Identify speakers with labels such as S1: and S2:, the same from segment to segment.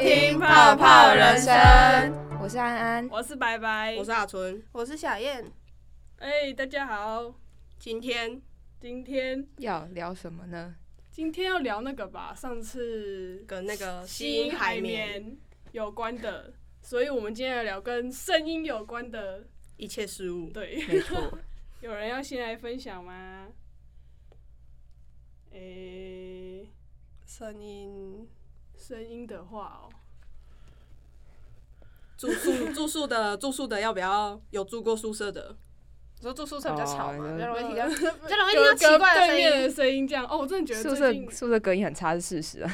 S1: 听泡泡人生，
S2: 我是安安，
S1: 我是白白，
S3: 我是阿春。
S2: 我是小燕。
S1: 哎、大家好，
S3: 今天
S1: 今天
S2: 要聊什么 呢？
S1: 今天要聊那个吧，上次
S3: 跟那个
S1: 吸
S3: 吸音
S1: 音
S3: 海
S1: 海
S3: 绵
S1: 绵有关的，所以我们今天来聊跟声音有关的。
S3: 一切事物，
S1: 对，
S2: 没错，
S1: 有人要先来分享吗？哎、
S3: 声音
S1: 声音的话哦，
S3: 住宿住宿的住宿的要不要有住过宿舍的？
S4: 你说住宿舍比较吵嘛，
S2: 哦
S4: 比较容易听
S3: 啊
S4: 到，
S1: 呃
S4: 比较
S3: 哎
S4: 容易
S1: 隔
S4: 听到奇
S1: 隔
S4: 怪
S1: 对
S4: 的声
S1: 面
S4: 音。
S1: 的声音这样哦，我真的觉
S2: 宿
S1: 得
S2: 舍
S1: 最近
S2: 宿舍隔音很差是事实啊。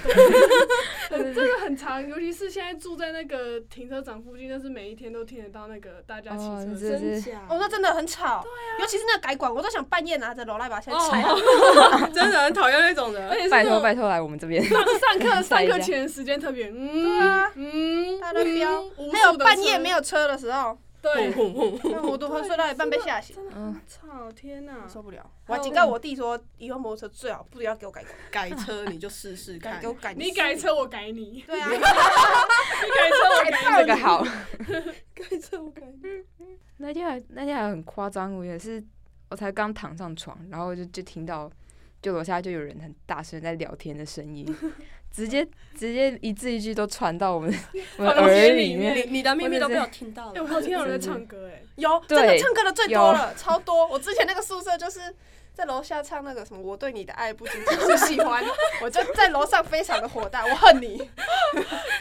S1: 很这个很长，尤其是现在住在那个停车场附近，但是每一天都听得到那个大家骑
S2: 哦
S1: 车
S2: 这
S1: 声。
S2: 是
S3: 假
S4: 哦，那真的很吵，
S1: 啊
S4: 尤其是那个改管，我都想半夜拿着罗赖把
S1: 哦
S4: 下来踩。
S3: 真的很讨厌那种
S1: 而
S3: 人。
S1: 且是
S2: 拜
S1: 那
S2: 托
S1: 种
S2: 拜托来我们这边，
S1: 上 课
S2: 晒
S1: 上
S2: 一下
S1: 课前时间特别，
S4: 对
S1: 嗯
S4: 啊，
S1: 嗯，
S4: 大家都飙
S1: 嗯，
S4: 还有半夜没，有车的 时
S1: 无数的
S3: 轰
S4: 候，
S1: 车对，
S3: 轰轰！
S4: 那我都会睡到一半被吓醒，
S2: 嗯，
S1: 操天哪！
S4: 受不了。
S1: 还有
S4: 我还警告我弟说，以后摩托车最好不要给我改管，
S3: 改车你就试试看
S4: 给。我改。
S1: 你改？车我改你，你
S4: 对啊，
S1: 改车我改
S2: 这个好。
S3: 改车我改。
S2: 那天还那天还很夸张，我也是，我才刚躺上床，然后就就听到，就楼下就有人很大声在聊天的声 音，直接直接一字一句都传到我们我们
S1: 房间
S2: 耳
S1: 里
S2: 里面。
S3: 你你的秘密都被我听到
S1: 哎、我
S3: 了。
S1: 好听到有人在唱歌 哎、
S4: 有
S2: 对
S4: 真的唱歌的最多了，超多。我之前那个宿舍就是在楼下唱那个什么“我对你的爱不仅仅是喜 欢”，我就在楼上非常的火大，我恨你。
S1: 我在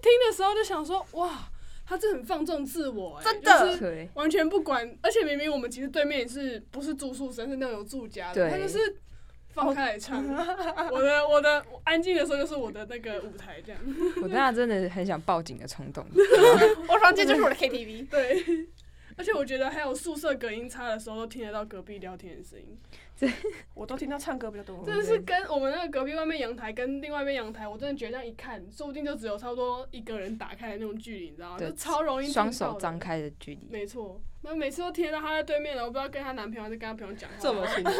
S1: 听的时候就想说，哇，他这很放纵自我哎、
S4: 真的
S1: 就是
S2: 对，
S1: 完全不管，而且明明我们其实对面也是不是住宿生，是那种有住家的，
S2: 对
S1: 他就是放开来 唱。我的我的我安静的时候就是我的那个舞台 这样，
S2: 我当时真的很想报警的冲 动。
S4: 我房间就是我的 KTV。
S1: 对。而且我觉得还有宿舍隔音差的时候，都听得到隔壁聊天的声音。
S4: 我都听到唱歌比较
S2: 哦
S4: 多。
S1: 真的是跟我们那个隔壁外面阳台跟另外一边阳台，我真的觉得这样一看，说不定就只有差不多一个人打开的那种距离，你知道吗？
S2: 对
S1: 就超容易听到
S2: 双
S1: 的
S2: 手张。开的距离，
S1: 没错，那每次都听得到她在对面了，我不知道跟她男朋友还是跟她朋友讲话。
S3: 这么清楚，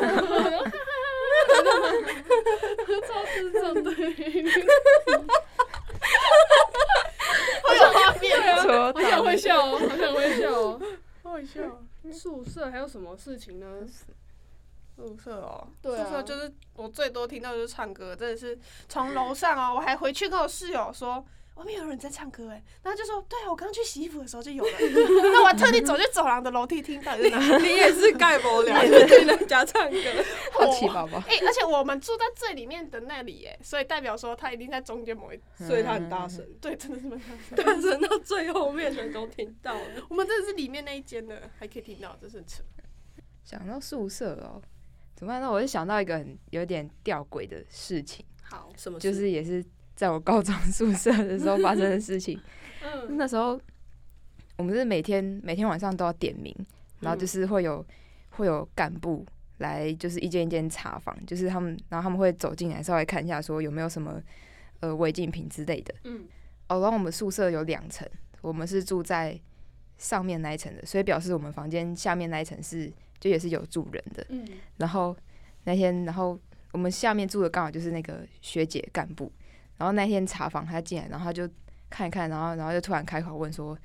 S1: 超智障对。
S4: 会有画面。
S1: 对啊
S2: 戳
S1: 好想
S2: 到
S1: 会笑哦，好想会笑哦，好好笑哦。宿舍还有什么事情呢？
S4: 宿舍哦，
S1: 对啊
S4: 宿舍就是我最多听到就是唱歌，真的是从楼上哦，我还回去跟我室友说。外面有人在唱歌哎，然后就说对啊，我刚刚去洗衣服的时候就有了，那我还特地走去走廊的楼梯听到有哪
S3: 你也是盖不了，你听人家唱歌。
S2: 好奇
S1: 啊
S2: 宝宝，
S4: 哎、而且我们住在最里面的那里哎，所以代表说他一定在中间某一
S3: 所以他很大声，
S4: 对，真的是蛮大声的。
S3: 大声到最后面全都听到了。
S4: 我们真的是里面那一间的，还可以听到，真是很扯。
S2: 想到宿舍哦，怎么办呢？我就想到一个很有点吊诡的事情，
S1: 好，
S3: 什么事？
S2: 就是也是在我高中 宿舍的时候发生的事情。
S1: 嗯，
S2: 那时候我们是每天每天晚上都要点名，然后
S1: 嗯
S2: 就是会有、会有干部来，就是一间一间查房，就是他们，然后他们会走进来稍微看一下，说有没有什么呃违禁品之类的。
S1: 嗯，
S2: 哦，然后我们宿舍有两层，我们是住在上面那一层的，所以表示我们房间下面那一层是就也是有住人的。
S1: 嗯，
S2: 然后那天，然后我们下面住的刚好就是那个学姐干部，然后那天查房她进来，然后她就看一看，然后然后就突然开口问说：“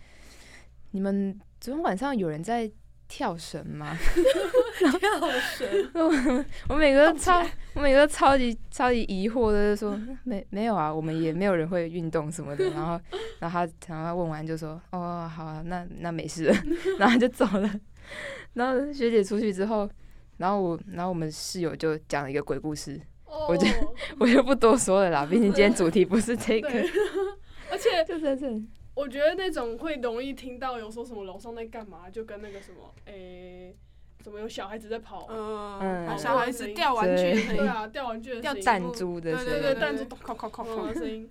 S2: 你们昨天晚上有人在跳绳吗
S3: 跳绳，？”
S2: 我每个都
S4: 动起来
S2: 超，我每个都超级超级疑惑的，就说：“没没有啊，我们也没有人会运动什么的。”然后然后她然后她问完就说：“哦，好啊，那那没事了。” 然后就走了。然后学姐出去之后。然后我，然后我们室友就讲了一个鬼故事，
S1: 哦，
S2: 我觉我就不多说了啦，毕竟今天主题不是这个，
S1: 对， 而且
S2: 就在这里。
S1: 我觉得那种会容易听到有说什么楼上在干嘛，就跟那个什么，诶，怎么有小孩子在跑，
S2: 嗯
S4: 嗯，小孩子掉玩具的声
S1: 对
S4: 音，
S1: 啊，掉玩具的
S4: 掉
S1: 声音，
S2: 弹珠的
S4: 对
S2: 声
S4: 对
S2: 音，
S4: 对，
S1: 对
S4: 弹珠咚哐哐哐
S1: 嗯
S4: 哐，
S1: 声音，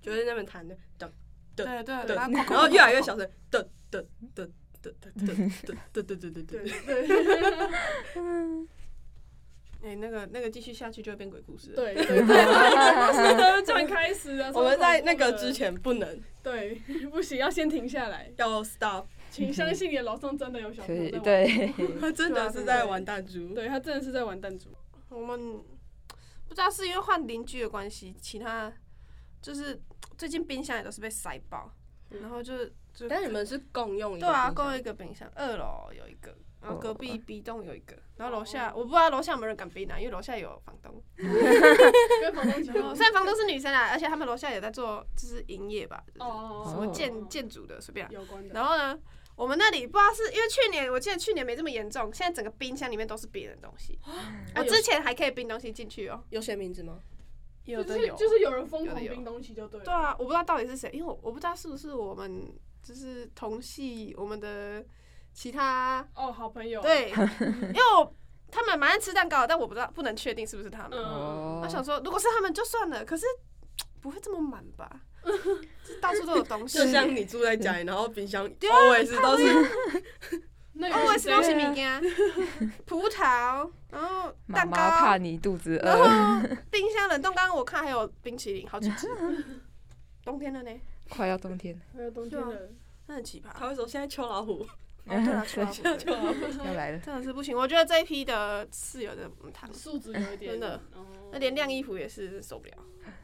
S3: 就是那边弹的，噔，
S4: 对对
S3: 对
S4: 然后
S3: 然后越来越小声，噔噔噔噔噔噔噔噔噔噔
S1: 对
S3: 噔。
S1: 对
S3: 哎，那个那个继续下去就会变鬼故事。
S1: 对对对，都是这样开始的。
S3: 我们在那个
S1: 超恐怖的
S3: 之，前不能
S1: 对，不行，要先停下来，
S3: 要 stop，
S1: 请相信你的楼上真的有小
S2: 所
S1: 朋友
S2: 以
S1: 在玩，
S2: 对，
S3: 他真的是在玩弹珠。
S1: 对他真的是在玩弹珠。
S4: 我们不知道是因为换邻居的关系，其他就是最近冰箱也都是被塞爆，然后就是就
S3: 但你们是啊共用一个
S4: 对啊，
S3: 冰箱
S4: 共用一个冰箱，二楼有一个，然后隔壁 B 栋有一个，然后楼下
S1: 哦
S4: 我不知道楼下有没有人敢冰啊，因为楼下有房东，
S1: 跟房东讲
S4: 然后虽然房东是女生啊，而且他们楼下也在做就是营业吧，就是
S1: 哦，
S4: 什
S2: 什
S4: 么
S2: 哦
S4: 建建筑的随便啊。
S1: 有关的，
S4: 然后呢，我们那里不知道是因为去年，我记得去年没这么严重，现在整个冰箱里面都是别人的东西，我
S1: 啊
S3: 有
S4: 之前还可以冰东西进去哦，
S3: 有写名字吗？
S4: 有
S1: 就
S4: 的
S1: 是
S4: 有，
S1: 就是有人疯
S4: 有
S1: 狂
S4: 的有
S1: 冰东西就对了。
S4: 对啊，我不知道到底是谁，因为我我不知道是不是我们就是同系我们的其他
S1: 哦，好朋友，
S4: 对，因为我他们蛮爱吃蛋糕的，但我不知道不能确定是不是他
S1: 嗯
S4: 们。
S2: 哦
S4: 我想说，如果是他们就算了，可是不会这么满 吧？就到处都有东西，
S3: 就像你住在家里，然后冰箱 always 都是
S1: 那有
S4: 哦，我也
S1: 人
S4: 是东西
S1: 谁
S4: 饼干、葡萄，然后
S2: 妈
S4: 蛋
S2: 妈怕
S4: 糕，
S2: 你肚子
S4: 然
S2: 饿，
S4: 后冰箱冷冻，刚刚我看还有冰淇淋，好几 只。冬天了呢，
S2: 快要冬天了，
S1: 还有冬天的，
S4: 那很奇葩。
S3: 他会说现在秋老 虎，
S4: 哦，
S2: 嗯
S4: 对了，秋老虎对啊
S2: 要来 了。
S4: 真的是不行。我觉得这一批的室友真的不糖，
S1: 哦素质有一点，
S4: 真的
S1: 哦，
S4: 那连晾衣服也是受不了。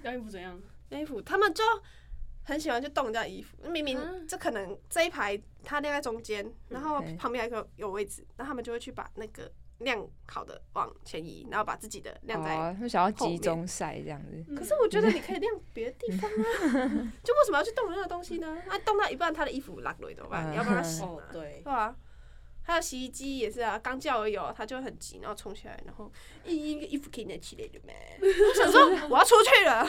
S1: 晾衣服怎样？
S4: 那衣服，他们就很喜欢去动人家的衣服。明
S1: 啊
S4: 明这可能这一排它晾在中间，
S2: 嗯
S4: 然后
S2: 嘿
S4: 旁边还有一个有位置，然后他们就会去把那个晾好的往前移，然后把自己的晾在。
S2: 哦，他们想要
S4: 后
S2: 集
S4: 面
S2: 中晒这样子，
S1: 嗯
S4: 可是我觉得你可以晾别的地方啊， 就为什么要去动人家的东西呢？那动到一半，他的衣服落落怎么办？
S2: 嗯
S4: 你要帮他洗
S3: 哦
S4: 嘛，
S2: 欸
S3: 对，
S4: 对啊。还有洗衣机也是啊，刚叫而已哦，他就很急，然后冲起来，然后一一个衣服可以拿起来的没？ 我想说我要出去了，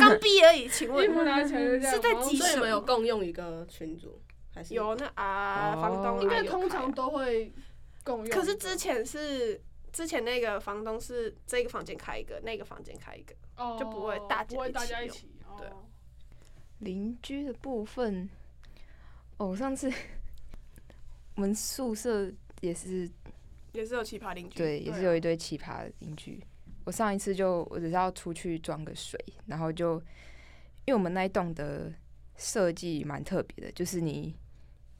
S4: 刚逼而已，请
S1: 衣
S4: 问
S1: 服哎拿起来就这样，
S4: 是在
S1: 然后
S4: 挤
S3: 所以你
S4: 什么
S3: 们有共用一个群组还是？
S4: 有那啊，房东
S2: 哦
S1: 应该
S4: 啊有
S1: 通
S4: 开啊
S1: 常都会共用。
S4: 可是之前是之前那个房东是这个房间开一个，那个房间开一个，
S1: 哦
S4: 就不会大家
S1: 不会大家
S4: 一
S1: 一
S4: 起
S1: 起，
S4: 对
S1: 哦
S2: 邻居的部分，哦，上次 我们宿舍也是
S4: 也是有奇葩邻居。
S2: 对，也是
S1: 对啊
S2: 有一堆奇葩的邻居。我上一次就我只是要出去装个水，然后就因为我们那一栋的设计蛮特别的，就是你，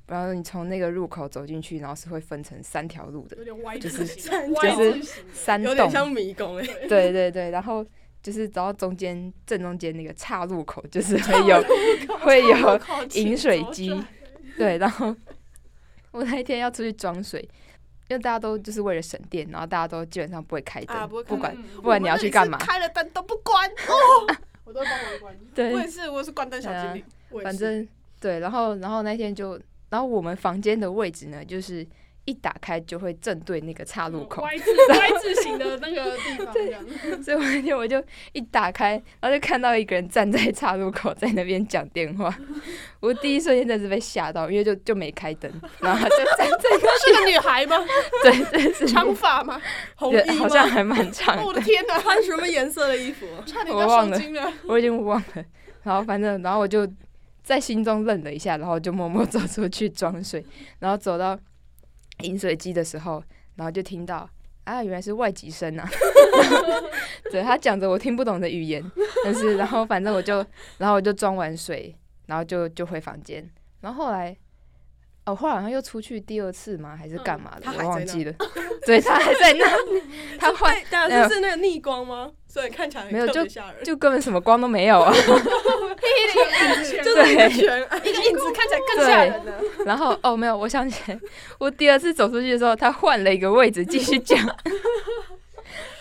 S2: 然后你从那个入口走进去，然后是会分成三条路的，
S1: 有点歪
S2: 就
S1: 字
S2: 是
S1: 形，歪
S2: 就是
S1: 字形的
S2: 三
S3: 有点
S2: 栋，
S3: 像迷宫 哎，
S2: 对对对，然后就是走到中间正中间那个岔路口，就是会有会
S4: 啊
S2: 有饮水机，对，然 后我那一天要出去装水，因为大家都就是为了省电，然后大家都基本上不会开灯，
S4: 啊不会开
S2: 不管
S1: 嗯
S2: 不管你要去干嘛
S4: 我们那里是开了灯都不关，
S1: 我都会帮忙关。
S4: 我
S2: 对，
S4: 也是，我也是关灯小精灵。
S1: 我也
S2: 反
S1: 是
S2: 正对，然后然后那天就，然后我们房间的位置呢，就是一打开就会正对那个岔路
S1: 嗯
S2: 口，
S1: 歪字歪字形的那个地 方，这样
S2: 所以我那天我就一打开，然后就看到一个人站在岔路口在那边讲电 话，我第一瞬间真是被吓到，因为就就没开灯，然后他就站在
S4: 她 是个女孩吗？
S2: 对，真是
S4: 长发吗？
S3: 红
S2: 对
S3: 衣
S2: 好像
S3: 吗？
S2: 还蛮长
S4: 哦我的天 哪，
S3: 穿什么颜色的衣服啊？
S4: 差点
S2: 我
S4: 要
S2: 忘
S4: 受
S2: 了
S4: 惊 了。
S2: 我已经忘了。然后反正，然后我就在心中愣了一下，然后就默默 走出去装水，然后走到饮水机的时候，然后就听到啊，原来是外籍生啊！ 对他讲着我听不懂的语言，但是然后反正我就，然后我就装完水，然后就就回房间，然后后来。哦，后来好像又出去第二次吗？还是干嘛的？
S3: 嗯他还
S2: 我忘
S3: 在
S2: 记了。 对他还在 那，他换
S3: 对，当然是那个逆光吗？所以看起来
S2: 没有
S3: 特别吓人，
S2: 就根本什么光都没有啊。
S3: 就是一个全暗，
S4: 一个影子看起来更吓人了。
S2: 然后哦，没有，我想起来，我第二次走出去的时候，他换了一个位置继续讲，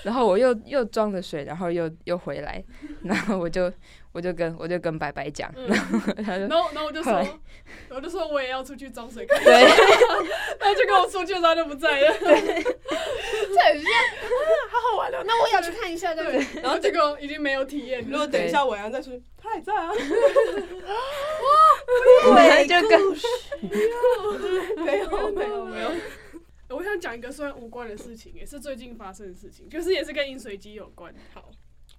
S2: 然后我又又装了水，然后又又回来，然后我就我就跟我就跟白白讲，
S1: 嗯
S2: 然后他就
S1: 然后然后我就说
S2: 后来，
S1: 我就说我也要出去装水看，
S2: 对
S1: 然后就跟我出去的时候他就不在了，
S4: 这很像，
S1: 啊
S4: 好好玩哦。那我也要去看一下，对不对？
S1: 然后结果已经没有体验
S3: 如果
S1: 了。
S3: 等一下伟安再出去，他还在啊。
S2: 我们就跟
S3: 没有没有没有，
S1: 我想讲一个虽然无关的事情，也是最近发生的事情，就是也是跟饮水机有关。好，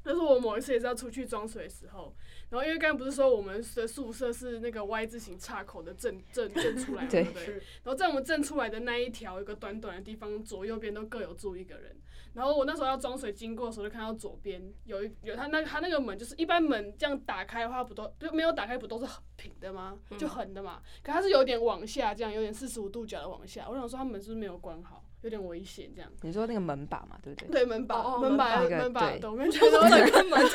S1: 就是我某一次也是要出去装水的时候，然后因为刚才不是说我们的宿舍是那个 Y 字形岔口的正正正出 来嘛，
S2: 对
S1: 对不对？然后在我们正出来的那一条有个短短的地方，左右边都各有住一个人。然后我那时候要装水经过的时候，就看到左边有一有他那他那个门，就是一般门这样打开的话，不都就没有打开不都是平的吗？
S3: 嗯
S1: 就横的嘛。可它是有点往下，这样有点四十五度角的往下。我想说他门是不是没有关好？有点危险这样。
S2: 你说那个门把嘛， 对不对？
S1: 对门把，
S3: 哦哦
S1: 门把，
S2: 门把
S1: 门把
S2: 对
S1: 的，我们觉得
S3: 整个门，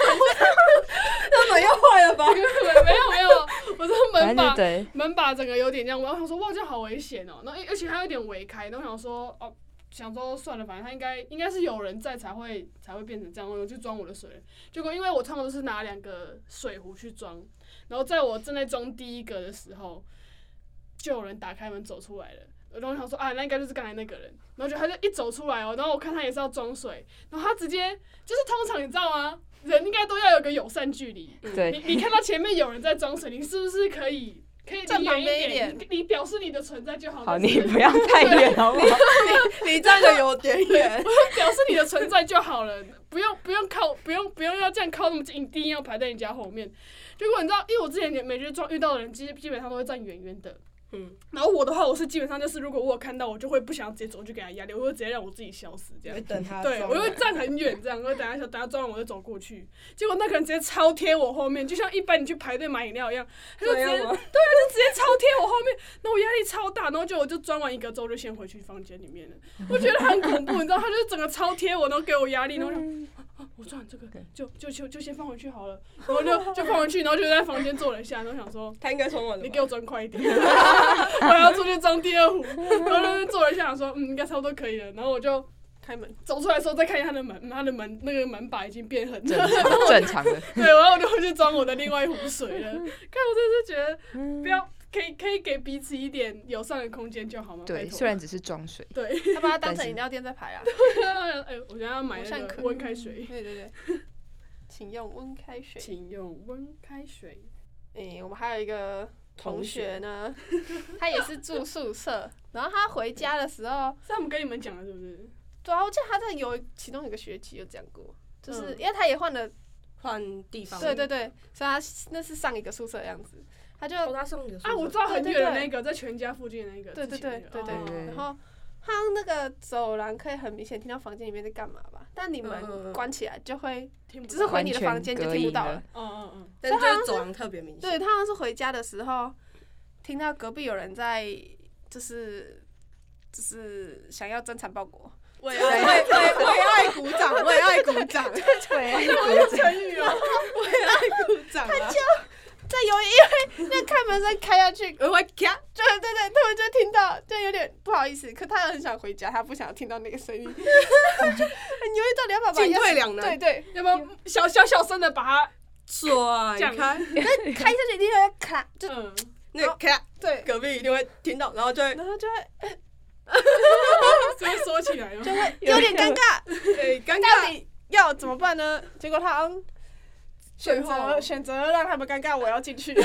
S3: 那门又坏了吧？
S1: 没有没有，我说门
S2: 反正
S1: 把
S2: 就对，
S1: 门把整个有点这样，我想说哇，这样好危险哦、然后而且它有点围开，然后我想说哦，想说算了，反正它应该应该是有人在才会才会变成这样，我就装我的水了。结果因为我通常都是拿两个水壶去装，然后在我正在装第一个的时候，就有人打开门走出来了。然后我想说啊，那应该就是刚才那个人。然后就他就一走出来哦，然后我看他也是要装水，然后他直接就是通常你知道吗？人应该都要有个友善距离，
S4: 嗯
S2: 对，
S1: 你你看到前面有人在装水，你是不是可以可以
S4: 站
S1: 离
S4: 旁
S1: 远一
S4: 边一
S1: 点？
S4: 点
S1: 你你表示你的存在就好。
S2: 好，
S1: 但
S2: 你
S1: 是
S2: 不要太远好不 好？
S3: 你站的有 点远，
S1: 表示你的存在就好了， 不用不用靠不用不用要这样靠那么近，一定要排在你家后面。结果你知道，因为我之前也每日装遇到的人，基基本上都会站远远的。
S3: 嗯，
S1: 然后我的话，我是基本上就是，如果我有看到，我就会不想直接走去给他压力，我会直接让我自己消失这样。
S3: 等他
S1: 对，我会站很远这样，我会等他等他装完我就走过去。结果那个人直接超贴我后面，就像一般你去排队买饮料一样，他就直
S2: 啊
S1: 接直接超贴我后面，那我压力超大，然后就我就装完一个之后就先回去房间里面了，我觉得很恐怖，你知道，他就是整个超贴我，然后给我压力，然后我想，啊啊我装完这个
S2: 对
S1: 就就就就先放回去好了，然后就就放回去，然后就在房间坐了一下，然后想说。
S3: 他应该冲我的吧，
S1: 你给我装快一点， 我还要出去装第二壶。然后就是坐了一下，想说嗯，应该差不多可以了。然后我就
S4: 开门，
S1: 走出来的时候再看一下他的门，他的门那个门把已经变很
S2: 正常正常的，
S1: 对，然后我就回去装我的另外一壶水 了。看，我真的是觉得
S2: 嗯
S1: 不要，可以可以给彼此一点友善的空间就好吗？ 拜
S2: 对，
S1: 托
S2: 虽然只是装水，
S1: 对，
S4: 他把它当成饮料店在排 啊。
S1: 哎，我觉得嗯要买那
S4: 像
S1: 个
S4: 可
S1: 温开水，
S4: 对对对， 请用温开水。
S1: 请用温开水。
S4: 诶、我们还有一个同
S3: 同
S4: 学
S3: 学
S4: 呢， 他也是住宿舍，然后他回家的时候，
S1: 是他们跟你们讲的，是不是？
S4: 对啊，我记得他在有其中有个学期有讲过，就是、
S1: 嗯
S4: 因为他也换了，
S3: 换地方。
S4: 对对对，所以他那是上一个宿舍的样子，他就
S3: 哦，他送你的
S1: 啊，我知道很远的那个，在全家附近的那哦个。
S4: 对对对对对，
S2: 对对
S4: 然后他那个走廊可以很明显听到房间里面在干嘛吧，但你
S3: 嗯嗯
S4: 们
S3: 嗯
S4: 关起来就会，
S1: 听不
S4: 只是
S1: 到。
S4: 回你的房间就听不到
S2: 完
S4: 了
S2: 全。
S1: 嗯嗯嗯，
S3: 但就是啊走廊特别明
S4: 对
S3: 显。
S4: 他好像是回家的时候，听到隔壁有人在，就是就是想要争产报国，
S3: 为爱为为为爱鼓掌，为爱鼓掌，为
S1: 成语啊，
S3: 哦爱鼓掌啊！
S4: 在有因为那开门声开下 去，
S3: 我咔，
S4: 对对对，他们就听到，就有点不好意思，可他很想回家，他不想听到那个声 音，他就很犹豫到底要不要把
S3: 进
S4: 钥匙
S3: 退两难
S4: 对对，
S1: 要不要小小小声的把它
S3: 甩
S1: 这样
S3: 开
S4: 开下去听到咔，就
S1: 嗯，
S3: 那个咔，
S4: 对，
S3: 隔壁一定会听到，然后就会
S4: 然后就会
S1: 直接缩起来吗？
S4: 有点尴尬，
S3: 哎尴
S4: 到
S3: 尬。
S4: 底要怎么办呢？结果他好像选
S1: 最后
S4: 择选择让他们尴尬，我要进去，
S2: 有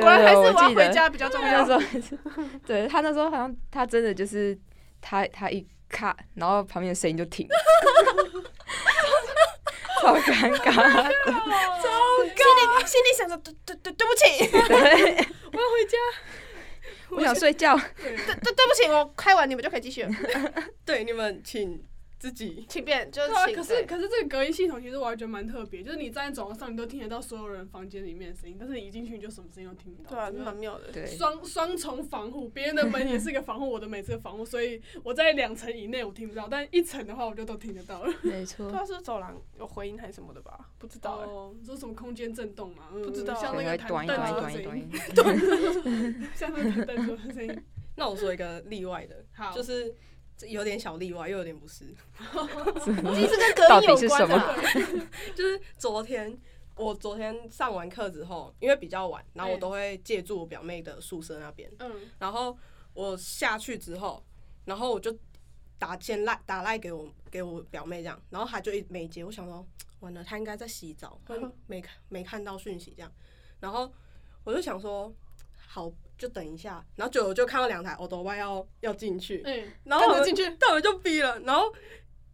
S4: 果然还是
S2: 有，
S4: 我
S2: 我
S4: 要
S2: 记得
S4: 回家比较重
S2: 他那
S4: 要。
S2: 时候还是， 对他那时候好像他真的就是他他一咔，然后旁边的声音就停了， 超尴尬。
S4: 心里心里想着对对对对不起，
S2: 对，
S1: 我要回家。
S2: 我想睡觉。
S4: 对对对不起，我开完你们就可以继续了，
S3: 对，你们请自己
S4: 请便就是
S1: 对啊，
S4: 请。
S1: 可
S3: 欸
S1: 是可是这个隔音系统其实我还觉得蛮特别，就是你站在走廊上，你都听得到所有人房间里面的声音，但是你一进去你就什么声音都听不到。
S4: 对啊，
S1: 真的
S4: 蛮妙的。
S2: 对，
S1: 双双重防护，别人的门也是一个防护，我的门也是个防护，所以我在两层以内我听不到，但一层的话我就都听得到了。
S2: 没
S4: 不
S2: 错
S4: 知。道是走廊有回音还是什么的吧，不知道哎、
S1: 哦，你说什么空间震动嘛？嗯
S4: 不知道
S1: 像那
S2: 对，
S1: 个
S2: 会
S1: 弹
S2: 短一
S1: 弹
S2: 短一
S1: 珠
S2: 短一
S1: 的声
S2: 短
S1: 音，
S2: 一。
S1: 像那个弹弹珠的声音。
S3: 那我说一个例外的，
S1: 好，
S3: 就是这有点小例外，又有点 不是。
S4: 一定是跟隔音
S2: 到底
S4: 有
S2: 是
S4: 关
S2: 什
S4: 的、
S2: 么
S4: 啊。
S3: 就是昨天我昨天上完课之后，因为比较晚，然后我
S1: 嗯
S3: 都会借住我表妹的宿舍那边，
S1: 嗯，
S3: 然后我下去之后，然后我就打先赖打赖给我给我表妹这样，然后她就一没接，我想说完了，她应该在洗澡，没看没看到讯息这样，然后我就想说好。就等一下，然后就我就看到两台欧多外要要进去，
S1: 哎，
S3: 然后我
S4: 跟着
S3: 进去，但我就逼了，然后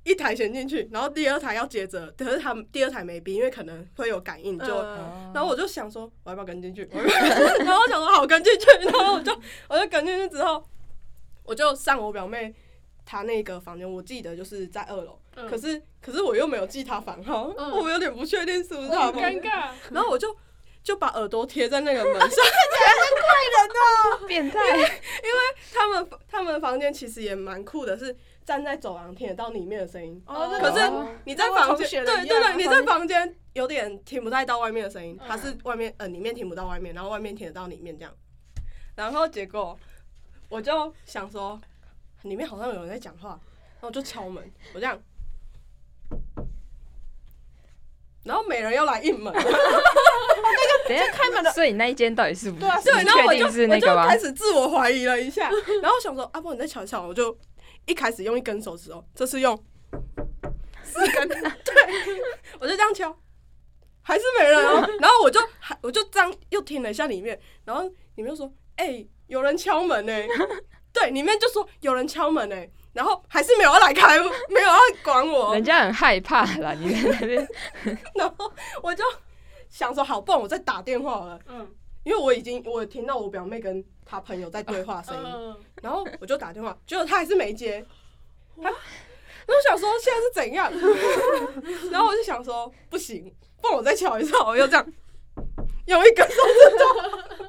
S3: 一台先进去，然后第二台要接着，可是他们第二台没逼，因为可能会有感应，就、
S1: 呃
S4: 嗯
S2: 哦
S3: 然后我就想说，我要不要跟进去？ 我要不要跟进去然后我想说好跟进去，然后我就 我就跟进去之后，我就上我表妹她那个房间，我记得就是在二楼，
S1: 嗯
S3: 可是可是我又没有记她房号，
S1: 嗯
S3: 我有点不确定是不是
S1: 好
S3: 她房
S1: 尴
S3: 间，
S1: 尬。
S3: 然后我就就把耳朵贴在那个门上。
S2: 变态，
S3: 他们他们房间其实也蛮酷的，是站在走廊听得到里面的声音。
S4: 哦，
S3: 可是你在房
S4: 跟我同学
S3: 间，
S4: 的
S3: 对
S4: 一
S3: 对
S4: 样啊
S3: 对，你在房间有点听不太到外面的声音，
S1: 嗯
S3: 它是外面呃里面听不到外面，然后外面听得到里面这样。然后结果我就想说，里面好像有人在讲话，然后我就敲门，我这样，然后每人又来应门，
S2: 等一下
S4: 开门的
S2: 所以你那一间到底是不
S4: 对啊
S2: 是
S3: 对，
S2: 你
S3: 然后我
S2: 确
S3: 就
S2: 定是
S3: 我
S2: 那个
S3: 就
S2: 吗
S3: 开？始自我怀疑了一下，然后想说阿波你再瞧一瞧，我就一开始用一根手指哦，这次用四根， 对，我就这样敲，还是没人哦，然后我就还我就这样又听了一下里面，然后里面就说哎、有人敲门呢、对，里面就说有人敲门呢、然后还是没有要来开， 没有要管我，
S2: 人家很害怕啦，你在那边
S3: 然后我就想说好，不然我再打电话好了，
S1: 嗯
S3: 因为我已经我听到我表妹跟她朋友在对话声音。
S1: 嗯，
S3: 然后我就打电话，结果他还是没接。他，那我想说现在是怎样？ 然后我就想说不行，不然我再敲一下，我又这样，用一根手指头，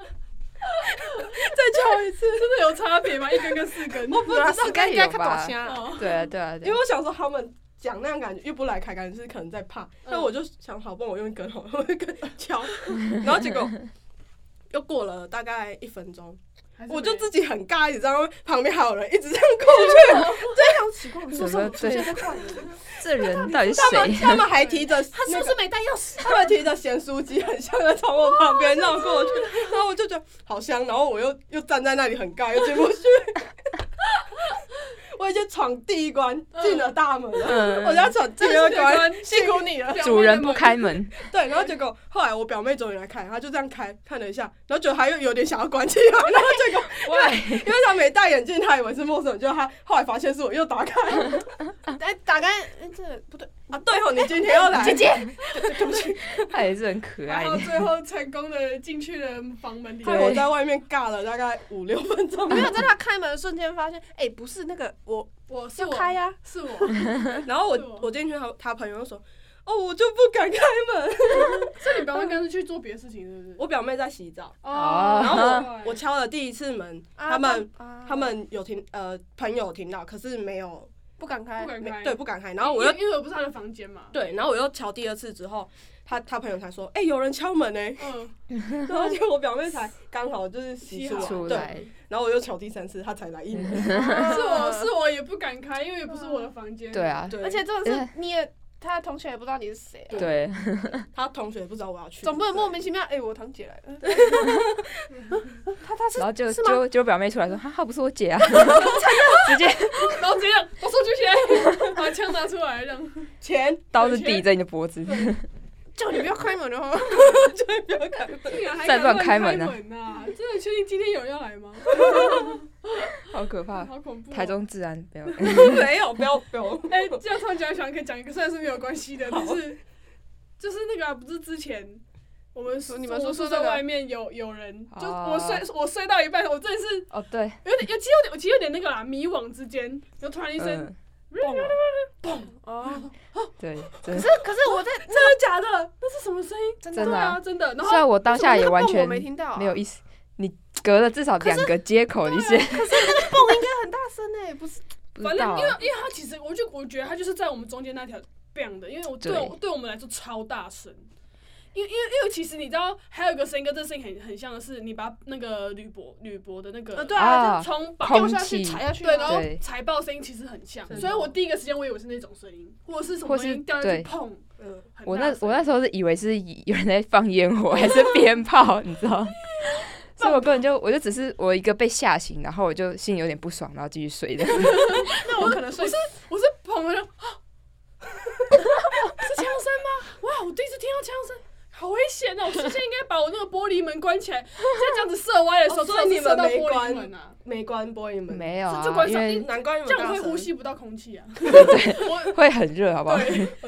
S3: 再敲一次。
S1: 真的有差别吗？一根跟四根，
S3: 我不知道，
S4: 四根应该看到虾了。
S1: 哦
S2: 对啊对啊，对啊
S3: 因为我想说他们讲那样感觉又不来开，感觉是可能在怕。那我就想好，不然我用一根好了，我用一根敲。然后结果又过了大概一分钟，
S1: 还是
S3: 我就
S1: 没
S3: 自己很尬，你知道吗？旁边还有人一直这样过去，
S4: 非常奇怪，我
S2: 宿
S4: 宿
S2: 舍
S4: 舍
S2: 我宿
S4: 出
S2: 舍
S4: 现
S2: 在
S4: 在怪人，
S2: 这人到底是
S3: 他们
S2: 谁？
S3: 他们还提着
S4: 他是
S3: 那
S4: 不
S3: 个
S4: 是没带钥匙？啊
S3: 他们提着咸酥鸡，很香的从我旁 边绕过去，然后我就觉得好香，然后我又又站在那里很尬，又进不 去。我已经闯第一关，进了大门了，
S2: 嗯
S3: 我要闯第 二关，
S1: 辛苦你了，
S2: 主人不开门，
S3: 对，然后结果后来我表妹终于来看，她就这样开看了一下，然后觉得她又有点想要关 起来，然后结果
S2: 喂，
S3: 因为她没戴眼镜，她以为是陌生人，结果她后来发现是我又打开
S4: 哎，打开，哎这不对，
S3: 啊，对哦，你今 天 又来，
S4: 姐姐，
S3: 对不起，
S2: 他也是很可 爱
S1: 然后
S2: 的。
S1: 最后成功的进去了房门里，
S3: 害我在外面尬了大概五六分钟，
S4: 没有在他开门的瞬间发现，哎，不是那个，我
S1: 我是
S4: 要
S1: 我
S4: 开呀，
S1: 是我，
S3: 然后
S1: 是
S3: 我
S1: 哦
S3: 我进去他他朋友就说，哦，我就不敢开门。
S1: 所以你表妹刚是去做别的事情，是不是？
S4: 嗯
S3: 我表妹在洗澡，
S2: 哦
S3: 然后
S1: 哦
S3: 我我敲了第一次门，
S4: 啊
S3: 他们
S4: 啊
S3: 他们有听呃朋友有听到，可是没有
S4: 不敢开
S1: 不，敢
S3: 没
S1: 开，
S3: 对不敢开。然后我
S1: 因
S3: 又
S4: 嗯
S1: 为因为我不是他的房间嘛，
S3: 对，然后我又敲第二次之后，他他朋友才说，哎，有人敲门呢。
S1: 嗯，
S3: 然后就我表妹才刚好就是洗
S1: 洗好
S3: 出
S2: 出
S3: 来，
S2: 来
S3: 对，，然后我又敲第三次，他才来 应门。
S1: 是
S4: 是
S1: 我是我也不敢开，因为也不是我的房间，
S2: 对，啊，
S3: 对，
S4: 而且真的是你也，他的同学也不知道你是谁啊，
S2: 对，
S3: 他同学不知道我要去，
S4: 总不能莫名其妙，哎，我堂姐来了，嗯他他是
S2: 然后就是
S4: 吗
S2: 就就表妹出来说，哈哈，不是我姐啊，直接
S1: 然后直接这样我送出去， 把枪拿出来，这样
S3: 钱
S2: 刀子抵着你的脖子，
S4: 叫你不要开门哦。
S3: 就不要开门。
S1: 竟然还
S2: 再
S1: 敢
S2: 乱
S1: 乱
S2: 开
S1: 门
S2: 门啊
S1: 呐！真的确定今天有人要来吗？
S2: 好可怕。
S1: 好恐怖哦！
S2: 啊台中治安没有，
S3: 没有，不要不 要。
S1: 哎，这样突然讲想可以讲一个，虽然是没有关系的，但是就是那个啊不是之前。我们
S4: 你们说
S1: 宿
S4: 说
S1: 舍
S4: 那个
S1: 外面有有人，就
S2: 哦
S1: 我睡我睡到一半，我真的是
S2: 哦对，
S1: 有点，有其实有点，我其实有点那个啦，迷惘之间，然后突然一声，
S2: 嗯，
S3: 蹦啊
S4: 哦，
S2: 对，真
S4: 可
S2: 的
S4: 是可是我在
S1: 真的假的？那是什么声音？
S4: 真
S2: 真
S1: 对
S2: 的啊
S1: 啊，真的。然
S2: 虽
S1: 后
S2: 然我当下也完
S4: 为什么那个泵我
S2: 全
S4: 没听到啊，
S2: 没有意思，你隔了至少两个接口，你是
S4: 蹦应该很大声哎，不是
S2: 不
S1: 反
S2: 知
S1: 正
S2: 道啊
S1: 因为因为他其实，我就我觉得他就是在我们中间那条 bang 的，因为我对
S2: 对
S1: 我对我们来说超大声。因为因为因为其实你知道，还有一个声音跟这声音很很像的是，你把那个铝箔铝箔的那
S4: 呃
S1: 个
S4: 对啊，
S2: 啊
S1: 冲
S4: 就
S1: 把
S4: 掉
S2: 空
S4: 下去
S2: 气
S4: 踩下去啊，
S1: 对，然后
S2: 对
S1: 财报声音其实很像，
S3: 真的
S1: 所以我第一个时间我以为是那种声音，或者是什么
S2: 或是
S1: 东西掉下去
S2: 对
S1: 碰。
S3: 嗯，
S1: 很
S2: 我
S1: 大
S2: 那
S1: 声
S2: 我那时候是以 为是有人在放烟火还是鞭炮，你知道？所以我根本就我就只是我一个被吓醒，然后我就心里有点不爽，然后继续睡的。
S4: 那我可能睡
S1: 不是我是捧了，啊是枪声吗？哇，我第一次听到枪声，好危险哦！我之前应该把我那个玻璃门关起来，现在这样子射歪的时候，
S3: 哦所以
S1: 正好是
S3: 你们
S1: 射到
S3: 没
S1: 玻璃
S3: 关
S1: 门啊，
S3: 没关玻璃门，
S2: 没有
S1: 这
S2: 啊
S1: 这，关
S2: 因
S1: 上
S2: 为
S3: 难怪你
S1: 这
S3: 们
S1: 样我
S3: 大
S1: 会呼
S3: 声。
S1: 吸不到空气啊。我
S2: 会很热，好不好？
S4: 要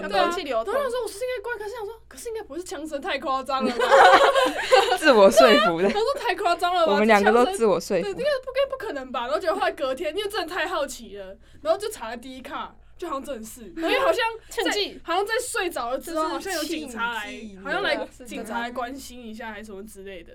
S1: 对啊
S4: 空气流
S1: 然
S4: 通
S1: 后，想说，我是应该关，可是想说，可是应该不是枪声，太夸张了吧？
S2: 自我说服 的
S1: 他，说太夸张了吧？
S2: 我们两个都
S1: 枪声
S2: 自我说
S1: 对，
S2: 服
S1: 这。个不该不可能吧？然后结果后来隔天，因为真的太好奇了，然后就查了第一卡，就好像真的是，因为好像
S4: 趁 机
S1: 好像在睡着了之后，
S3: 就是
S1: 好像有警察来
S3: 庆忌，
S1: 好像来
S4: 对啊是
S1: 警察来关心一下，还是什么之类的，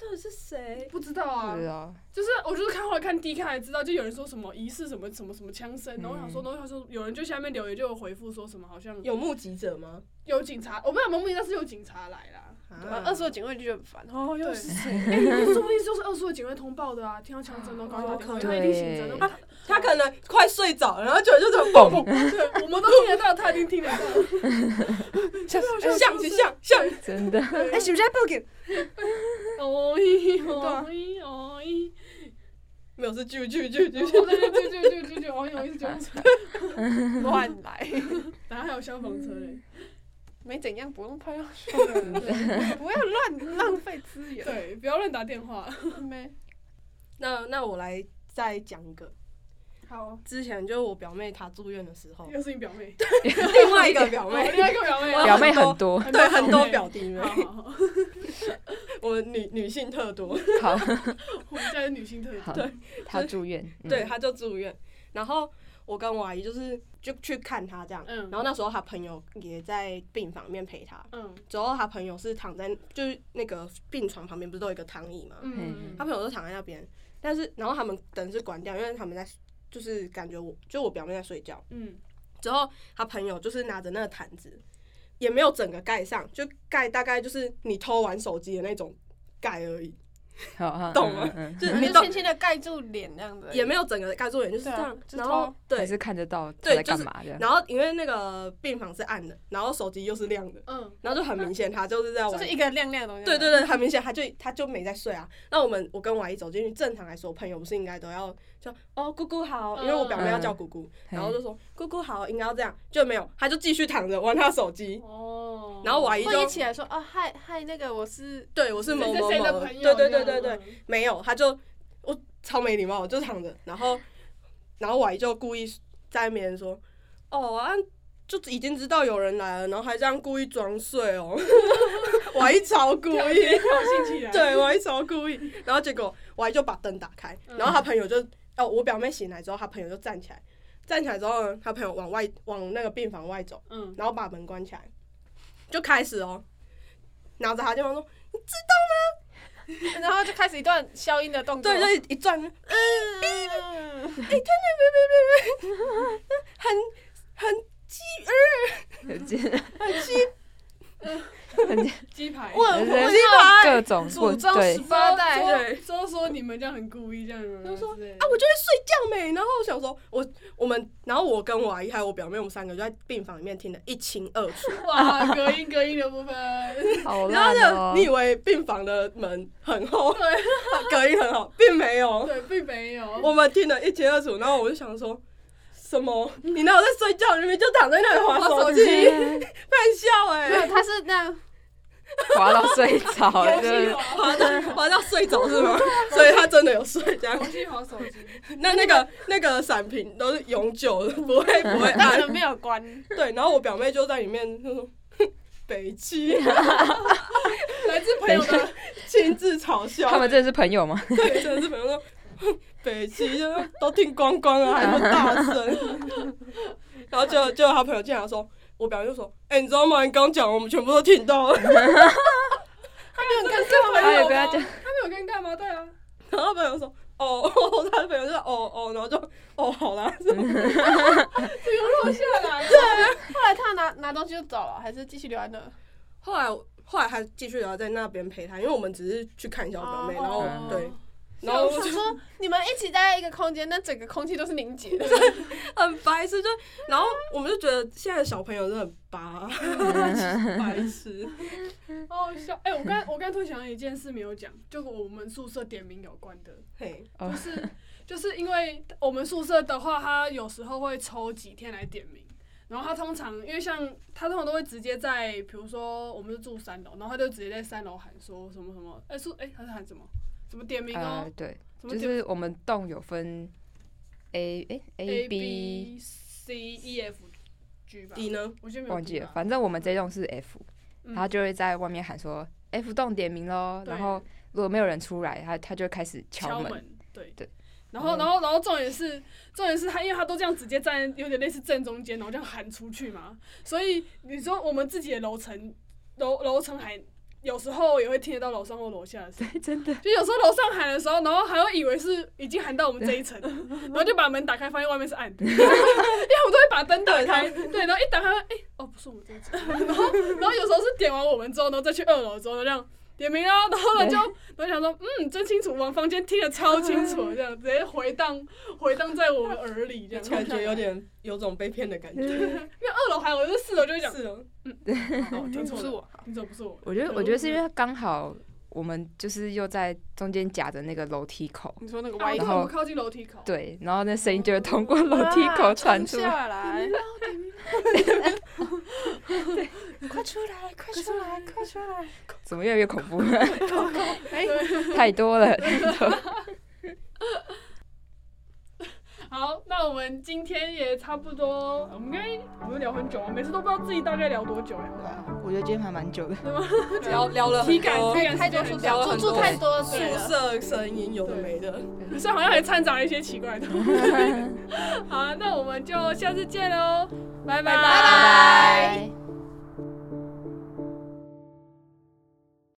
S3: 到底是谁？
S1: 不知道
S2: 不
S1: 啊
S2: 知。道，
S1: 就是我就是看后来看 D 看才知道，就有人说什么疑似什么什么什么枪声，然后我想说，
S2: 嗯
S1: 然后他说有人就下面留言就有回复说什么好像
S3: 有目击者吗？
S1: 有警察，我不知道蒙不明，但是有警察来啦。
S4: 啊二十二警卫就觉得很 烦，哦，又
S1: 对
S4: 是谁？
S1: 哎，说不定就是二叔的警卫通报的啊，听到枪声都赶快打电话，他一定醒着。那么
S3: 他可能快睡着了，然后觉得就这种蹦蹦，
S1: 对，我们都听得到，他一定听得到。
S4: 像
S3: 像像像像，
S2: 真的，
S4: 哎，是不是在报警？
S1: 哦咦哦咦哦咦，
S3: 没有是啾啾
S1: 对
S3: 啾啾
S1: 对
S3: 啾，
S1: 对对对对对，哦咦哦咦是警车，
S4: 乱来，
S1: 然后还有消防车嘞。
S4: 没怎样，不用怕，不要乱浪费资源。
S1: 对，不要乱打电话。
S4: 没，
S3: 那那我来再讲一个，
S1: 好，
S3: 之前就是我表妹她住院的时候，
S1: 又是你表妹，
S3: 另外一 个表
S1: 哦
S3: 妹，
S1: 另外一个表妹，
S2: 表妹
S3: 很
S2: 很多，
S3: 对很多表弟妹
S1: 妹。，好好好，
S3: 我们女女性特多。
S2: 好
S1: 我们家的女性特质。
S2: 好，她住院，嗯
S3: 对，，她就住院，然后我跟我阿姨就是就去看她这样，
S1: 嗯
S3: 然后那时候她朋友也在病房里面陪她，
S1: 嗯
S3: 之后她朋友是躺在就是那个病床旁边不是都有一个躺椅嘛，
S1: 嗯
S3: 她朋友就躺在那边，但是然后他们灯是关掉，因为他们在就是感觉我就我表妹在睡觉，
S1: 嗯
S3: 之后她朋友就是拿着那个毯子，也没有整个盖上，就盖大概就是你偷玩手机的那种盖而已，
S2: 好，好
S3: 懂了
S2: 嗯嗯嗯
S3: 就是你
S4: 就
S3: 懂
S4: 轻轻的盖住脸这样子而已，
S3: 也没有整个盖住眼，就是这
S4: 对啊
S3: 样，
S4: 就是
S3: 然后
S4: 偷
S3: 对
S2: 还。是看得到她
S3: 对
S2: 在
S3: 就
S2: 干
S3: 是
S2: 嘛的，
S3: 然后因为那个病房是暗的，然后手机又是亮的，
S1: 嗯，
S3: 然后就很明显他就是在玩。
S4: 就是一个亮亮的东西。
S3: 对对对，很明显他就他就没在睡啊。那我们我跟我阿姨走进去，正常来说，朋友不是应该都要就哦姑姑好，
S1: 嗯
S3: 因为我表妹要叫姑姑，
S2: 嗯
S3: 然后就说姑姑好，应该要这样，就没有，他就继续躺着玩他手机。
S1: 哦，
S3: 然后我阿姨
S4: 会一
S3: 就
S4: 起来说啊，嗨嗨，那个我是
S3: 对我是某某
S1: 谁谁谁
S3: 某，
S1: 的朋
S3: 对
S1: 友
S3: 对对
S1: 这
S3: 对
S1: 样
S3: 对，，没有，他就我超没礼貌，我就躺着，然后然后我阿姨就故意在那边说，哦啊，就已经知道有人来了，然后还这样故意装睡哦， 我阿姨超故
S1: 故
S3: 意，
S1: 意挑衅起来。
S3: 对我阿姨超故意，然后结果我阿姨就把灯打开，
S1: 嗯
S3: 然后他朋友就哦，我表妹醒来之后，他朋友就站起来，站起来之后呢，他朋友往外往那个病房外走，
S1: 嗯，
S3: 然后把门关起来，就开始哦，拿着他电话说。
S4: 然后就开始一段消音的动作。
S3: 对，就一一转，嗯，
S4: 嗯，
S3: 很饥
S2: 有见
S1: 鸡排。
S4: 问
S2: 人
S4: 问
S2: 生
S4: 号
S2: 各种
S4: 祖
S2: 不
S4: 宗
S2: 对
S4: 十，八代，
S1: 对，说说你们这样很故意，这样
S3: 他说
S1: 啊
S3: 啊，我就会睡觉没。然后我想说，我我们，然后我跟我阿姨还有我表妹，我们三个就在病房里面听得一清二楚。
S1: 哇，隔音隔音的部分，
S2: 好
S3: 然后
S2: 烂哦
S3: 就，你以为病房的门很厚， 隔音很好，并没有。
S1: 对，并没有。
S3: 我们听得一清二楚，然后我就想说，什么？你哪有在睡觉？你明明就躺在那里划 手机，半笑哎、
S4: 没有，他是那样，
S2: 滑到睡着了，就是
S3: 滑到滑到睡着是吗？ 所以他真的有睡这样。
S1: 重新划手机，
S3: 那那个那个闪屏都是永久的，不会不会
S4: 但
S3: 按
S4: 可。能没有关。
S3: 对，然后我表妹就在里面就说哼北 七，
S1: 来自朋友
S2: 等
S1: 的，
S3: 亲自嘲笑
S2: 他们真的是朋友吗？
S3: 对，真的是朋友说哼北七，就都听光光了，还那么大声。 然后就就他朋友进来说，我表妹就说，哎、你知道吗？你刚讲，我们全部都听到了。
S1: 他没有跟干
S2: 哎，
S1: 嘛？
S2: 不要这样，
S1: 他没有跟干嘛？对啊，
S3: 然后他朋友说。哦，他的朋友就说哦哦，然后就哦好啦，
S1: 这个落下来，
S4: 后来他拿拿东西就走了，还是继续留在那？
S3: 后来后来还继续留在那边陪他，因为我们只是去看一下我表妹，然后
S2: 哦
S3: 对，然
S4: 然
S3: 后
S4: 后我想说，你们一起待在一个空间，那整个空气都是凝结的，
S3: 很白痴，就然后我们就觉得现在的小朋友真的很巴， 白痴。
S1: 好好笑。哎，我刚我刚突然想到一件事没有讲，就跟我们宿舍点名有关的，
S3: 嘿，
S2: 哦
S1: 就是就是因为我们宿舍的话，他有时候会抽几天来点名。然后他通常，因为像他通常都会直接在，比如说我们是住三楼，然后他就直接在三楼喊说什么什么，哎、是哎他是喊什么，什么点名哦，
S2: 呃，对，
S1: 什么
S2: 就
S1: 点
S2: 是我们栋有分 A 哎 A
S1: A B
S2: B，
S1: C E F G 吧，
S3: 你呢？
S1: 我觉得没有
S2: 忘记
S1: D
S2: 了，
S1: 吧
S2: 反正我们这栋是 F，
S1: 嗯
S2: 他就会在外面喊说 F 栋点名喽，
S1: 对
S2: 然后如果没有人出来，他他就会开始
S1: 敲
S2: 门，
S1: 门，对
S2: 对。嗯
S1: 然后，然后，然后重点是，重点是他，因为他都这样直接站，有点类似正中间，然后这样喊出去嘛。所以你说我们自己的楼层，楼楼层喊，有时候也会听得到楼上或楼下的声音
S2: 对，真的，
S1: 就有时候楼上喊的时候，然后还会以为是已经喊到我们这一层，然后就把门打开，发现外面是暗的，因为我们都会把灯打开，对，然后一打开，哎、哦，不是我们这一层， 然后然后有时候是点完我们之后，然后再去二楼之后就这样点名啊，然后呢就然后想说，嗯，真清楚，我们房间听得超清 楚，这样直接回荡回荡在我们耳里，这样
S3: 感觉有，点有种被骗的感觉。
S1: 因为二楼还有，就是四楼就 会讲，
S3: 是哦，
S1: 哦，听
S4: 不
S1: 错
S4: 是
S1: 了，
S4: 我，
S1: 听错不是我，
S2: 我觉得，
S1: 对
S2: 我觉得是因为刚好我们就是又在中间夹着那个楼梯口，
S4: 你说那个
S1: 啊，
S4: 歪
S1: 因
S4: 头
S1: 为我们靠近楼梯口，
S2: 对，然后那声音就会通过 楼梯口传出来。
S4: 下来， 快出来，快出来，快出来！
S2: 怎么越来越恐怖？
S4: 哎，
S2: 太多了。
S1: 好，那我们今天也差不多，我们跟我们聊很久啊，每次都不知道自己大概聊多久哎呀、
S2: 我觉得今天还蛮久的。
S3: 聊聊了
S1: 体
S3: 很
S1: 感
S3: 多
S1: 体感
S4: 太多
S1: 是
S4: 宿
S1: 这样
S3: 聊了
S4: 舍，
S3: 很
S4: 住
S3: 多
S4: 住太多宿
S3: 宿
S4: 舍。
S3: 舍声音有的没的，
S1: 可是好像还掺杂了一些奇怪的。好啊，那我们就下次见喽，拜拜
S4: 拜拜。